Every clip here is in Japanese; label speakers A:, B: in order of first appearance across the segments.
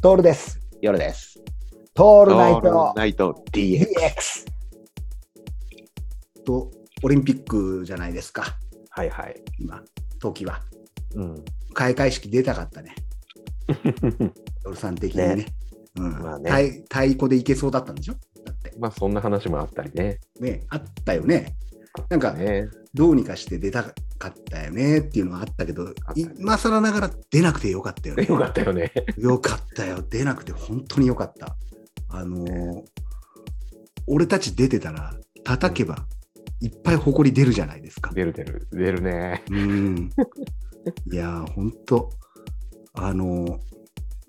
A: トールです。
B: 夜です。
A: ト
B: オ
A: ールナイト
B: ナイト DX。
A: DX。と、オリンピックじゃないですか、
B: はいはい。
A: 今、時は。
B: うん。
A: 開会式出たかったね、トールさん的にね。
B: ね
A: うん
B: まあね
A: 太太鼓でいけそうだったんでしょだって。
B: まあそんな話もあったりね。
A: ね、あったよね。なんか、
B: ね。
A: どうにかして出たかったよねっていうのはあったけど、
B: あったね
A: 今更ながら出なくてよかったよね。
B: よかったよね。
A: よかったよ、出なくて本当によかった。あのー俺たち出てたら、叩けばいっぱい埃出るじゃないですか。
B: 出る出る。出るね。
A: うん。いやー、本当あのー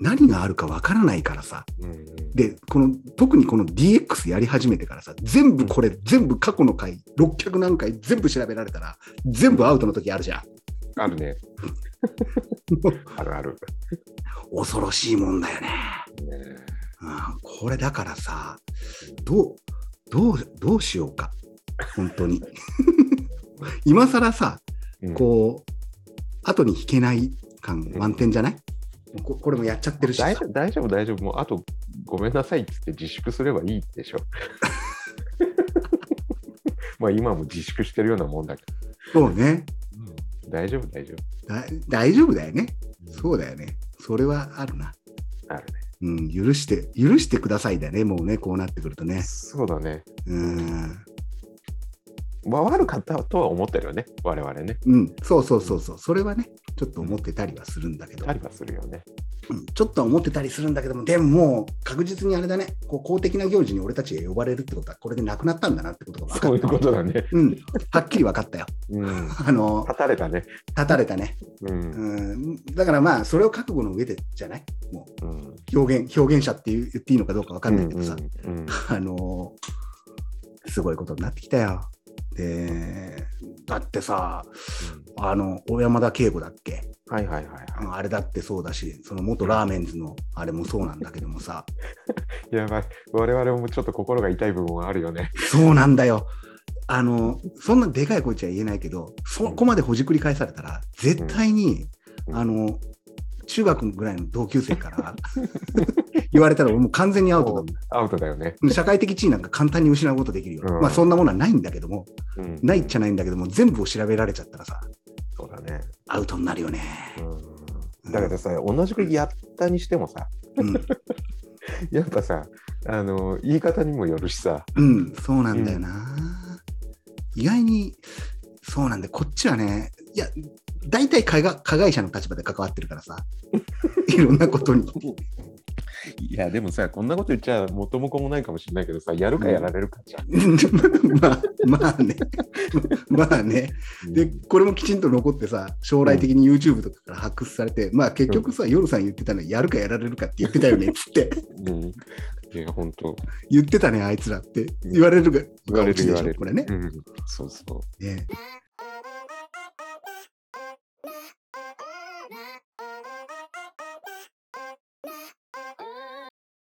A: 何があるかわからないからさ。
B: うん。
A: で、この、特にこの DX やり始めてからさ、全部これ、全部過去の回、600何回全部調べられたら、全部アウトの時あるじゃ ん。
B: あるね。あるある。
A: 恐ろしいもんだよね。
B: ね
A: うんこれだからさ、どう、どう、どうしようか。本当に。 今更さ、
B: うん
A: こう、後に引けない感満点じゃない、ここれもやっちゃってるしさ
B: 大丈夫大丈夫大丈夫。もうあとごめんなさいっつって自粛すればいいでしょ。 まあ今も自粛してるようなもんだけど。
A: そうね
B: 大丈夫大丈
A: だ。大丈夫だよね。
B: 夫。
A: そうだよね。それはあるな。
B: あるね。
A: うん、許して、許してくださいだね。もうね、こうなってくるとね。
B: そうだね。
A: うん。
B: まあ悪かったとは思ってるよね。我々ね。
A: うん、そうそうそうそう。それはね、ちょっと思ってたりはするんだけど。
B: ありはするよね。
A: うんちょっとは思ってたりするんだけども、でももう確実にあれだね、こう公的な行事に俺たちが呼ばれるってことは、これでなくなったんだなってことが分か
B: そうい
A: っ
B: うことだね。
A: た。うん、はっきり分かったよ。
B: うん。
A: あの、
B: 立たれたね。
A: 立たれたね。
B: うん。
A: うん、だからまあ、それを覚悟の上でじゃないも
B: うん。
A: う、表現、表現者っていう言っていいのかどうか分かんないけどさ、
B: うんうん
A: あの、すごいことになってきたよ。で、だってさ、あの、小山田圭吾だっけ
B: はいはいはい
A: あ
B: は
A: のあれだってそうだし、その元ラーメンズのあれもそうなんだけどもさ、
B: い。やばい。我々もちょっと心が痛い部分はあるよね。
A: そうなんだよ。あの、そんなでかい声じゃ言えないけど、そこまでほじくり返されたら、絶対に、
B: うん
A: あの、中学ぐらいの同級生から 言われたら、俺もう完全にアウトだも
B: アウトだよね。
A: ん。社会的地位なんか簡単に失うことできるよ。
B: うん
A: まあ、そんなものはないんだけども、
B: うん
A: ないっちゃないんだけども、全部を調べられちゃったらさ、
B: そうだね。
A: アウトになるよね。
B: うん。だけどさ、同じくやったにしてもさ、
A: うん、
B: やっぱさ、あの、言い方にもよるしさ、
A: うん、そうなんだよな。意外に、そうなんで、こっちはね、いや、大体加が加害者の立場で関わってるから さ、いろんなことに。
B: いや、でもさ、こんなこと言っちゃ元も子もないかもしれないけどさ、やるかやられるかじゃん。
A: まあ、まあね。まあね。で、これもきちんと残ってさ、将来的に YouTube とかから発掘されて、まあ結局さ、夜さん言ってたの、やるかやられるかって言ってたよね、つって。
B: うん。いや、本当
A: 言ってたね、あいつらって。言われるが、
B: 言われる
A: でしょ
B: 言われる
A: これね
B: う。ん。そうそう。
A: ね